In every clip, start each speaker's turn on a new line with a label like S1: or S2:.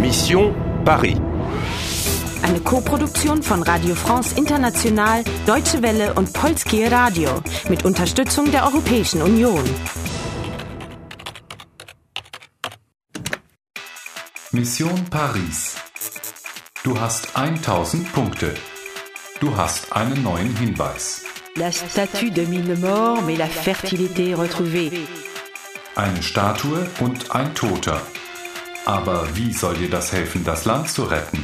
S1: Mission Paris.
S2: Eine Koproduktion von Radio France International, Deutsche Welle und Polskie Radio mit Unterstützung der Europäischen Union.
S3: Mission Paris. Du hast 1000 Punkte. Du hast einen neuen Hinweis.
S4: La statue domine mort, mais la fertilité est retrouvée.
S3: Eine Statue und ein Toter. Aber wie soll dir das helfen, das Land zu retten?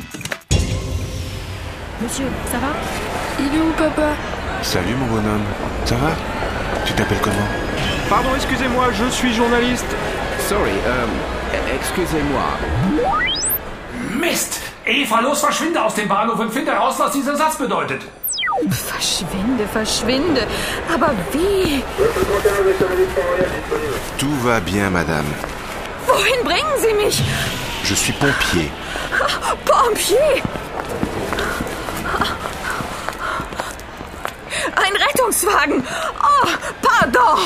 S5: Monsieur, ça va
S6: Il est où, papa
S7: Salut mon bonhomme, ça va Tu t'appelles comment
S8: Pardon, excusez-moi, je suis journaliste. euh,
S9: Sorry, ähm, excusez-moi.
S10: Mist! Eva, los, verschwinde aus dem Bahnhof und finde heraus, was dieser Satz bedeutet.
S5: Verschwinde, verschwinde. Aber wie
S7: Tout va bien, madame.
S5: Wohin bringen Sie mich
S7: Je suis pompier.
S5: Pompier! Ein Rettungswagen! Oh, pardon!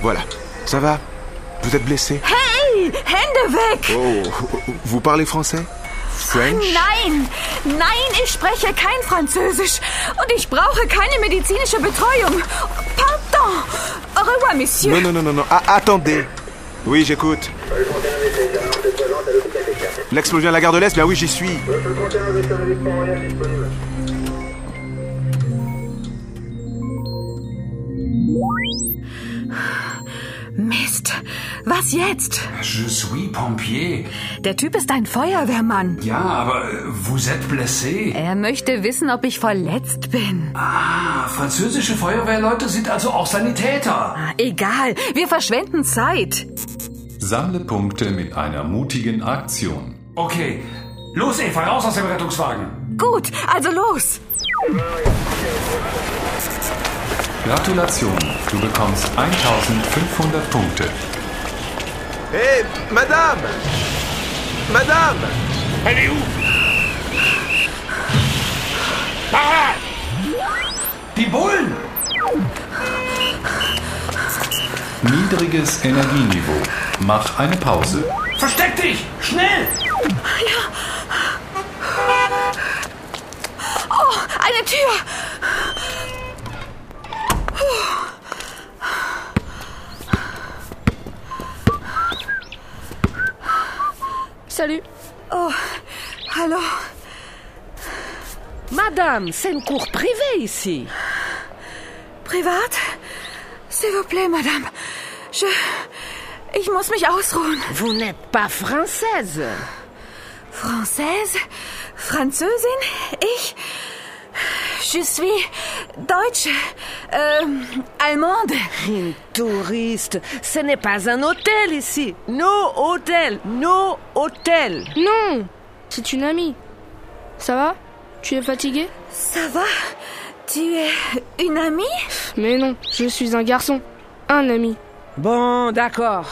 S7: Voilà, ça va Vous êtes blessé
S5: Hey, Hände weg!
S7: Oh, vous parlez français French
S5: Nein, nein, ich spreche kein Französisch und ich brauche keine medizinische Betreuung. Pardon. Au revoir, Monsieur.
S7: Non, non, non, non, non. Ah, attendez. Oui, j'écoute. L'explosion à la gare de l'Est, bien oui, j'y suis.
S5: Mist. Was jetzt?
S10: Je suis pompier.
S5: Der Typ ist ein Feuerwehrmann.
S10: Ja, aber äh, vous êtes blessé.
S5: Er möchte wissen, ob ich verletzt bin.
S10: Ah, französische Feuerwehrleute sind also auch Sanitäter.
S5: Ah, Egal, wir verschwenden Zeit.
S3: Sammle Punkte mit einer mutigen Aktion.
S10: Okay, los, Eva, raus aus dem Rettungswagen.
S5: Gut, also los.
S3: Gratulation, du bekommst 1500 Punkte.
S7: Hé, Eh, madame Madame
S8: Elle est où Par là
S10: Die Bullen!
S3: Niedriges Energieniveau. Mach eine Pause.
S10: Versteck dich! Schnell!
S5: Oh, eine Tür.
S6: Salut.
S5: Oh, hallo.
S4: Madame, c'est une cour privée ici.
S5: Privat? S'il vous plaît, Madame. Je. Ich muss mich ausruhen.
S4: Vous n'êtes pas française.
S5: Française? Französin? Ich? Je suis Deutsche. Ähm, Allemande.
S4: Une touriste. Ce n'est pas un hôtel ici. No hôtel. No hôtel.
S6: Non C'est une amie. Ça va Tu es fatigué
S5: Ça va? Tu es une amie?
S6: Mais non, je suis un garçon. Un ami.
S4: Bon, d'accord.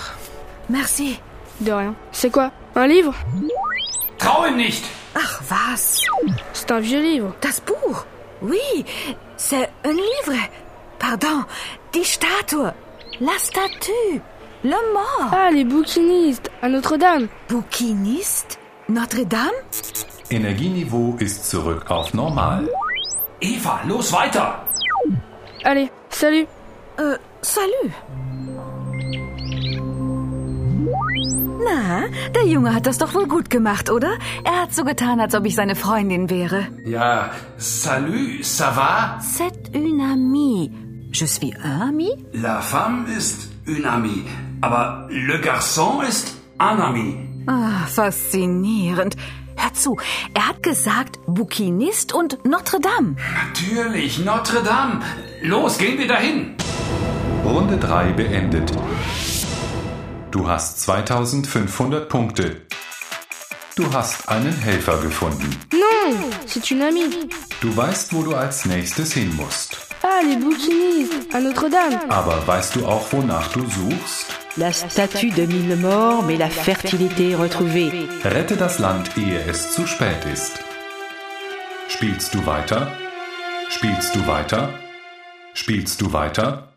S5: Merci.
S6: De rien. C'est quoi Un livre
S10: Trau ihm nicht!
S5: Ach was?
S6: C'est un vieux livre.
S5: Das Buch? Oui, c'est un livre. Pardon, die Statue. La statue. Le mort.
S6: Ah, les bouquinistes à Notre-Dame.
S5: Bouquiniste? Notre-Dame?
S3: Energieniveau ist zurück auf normal.
S10: Eva, los weiter!
S6: Allez, salut
S5: Äh, salut. Na, der Junge hat das doch wohl gut gemacht, oder? Er hat so getan, als ob ich seine Freundin wäre.
S10: Ja, salut, ça va?
S5: C'est une amie. Je suis un ami?
S10: La femme ist une amie, aber le garçon ist un ami.
S5: Ah, faszinierend. Hör zu, er hat gesagt Bouquinist und Notre Dame.
S10: Natürlich, Notre Dame. Los, gehen wir dahin.
S3: Runde 3 beendet. Du hast 2500 Punkte. Du hast einen Helfer gefunden.
S6: Non Hum, C'est une amie.
S3: Du weißt, wo du als nächstes hin musst.
S6: Ah, les bouquinistes à Notre-Dame.
S3: Aber weißt du auch, wonach du suchst?
S4: La statue domine mort, mais la fertilité est retrouvée.
S3: Rette das Land, ehe es zu spät ist. Spielst du weiter? Spielst du weiter? Spielst du weiter?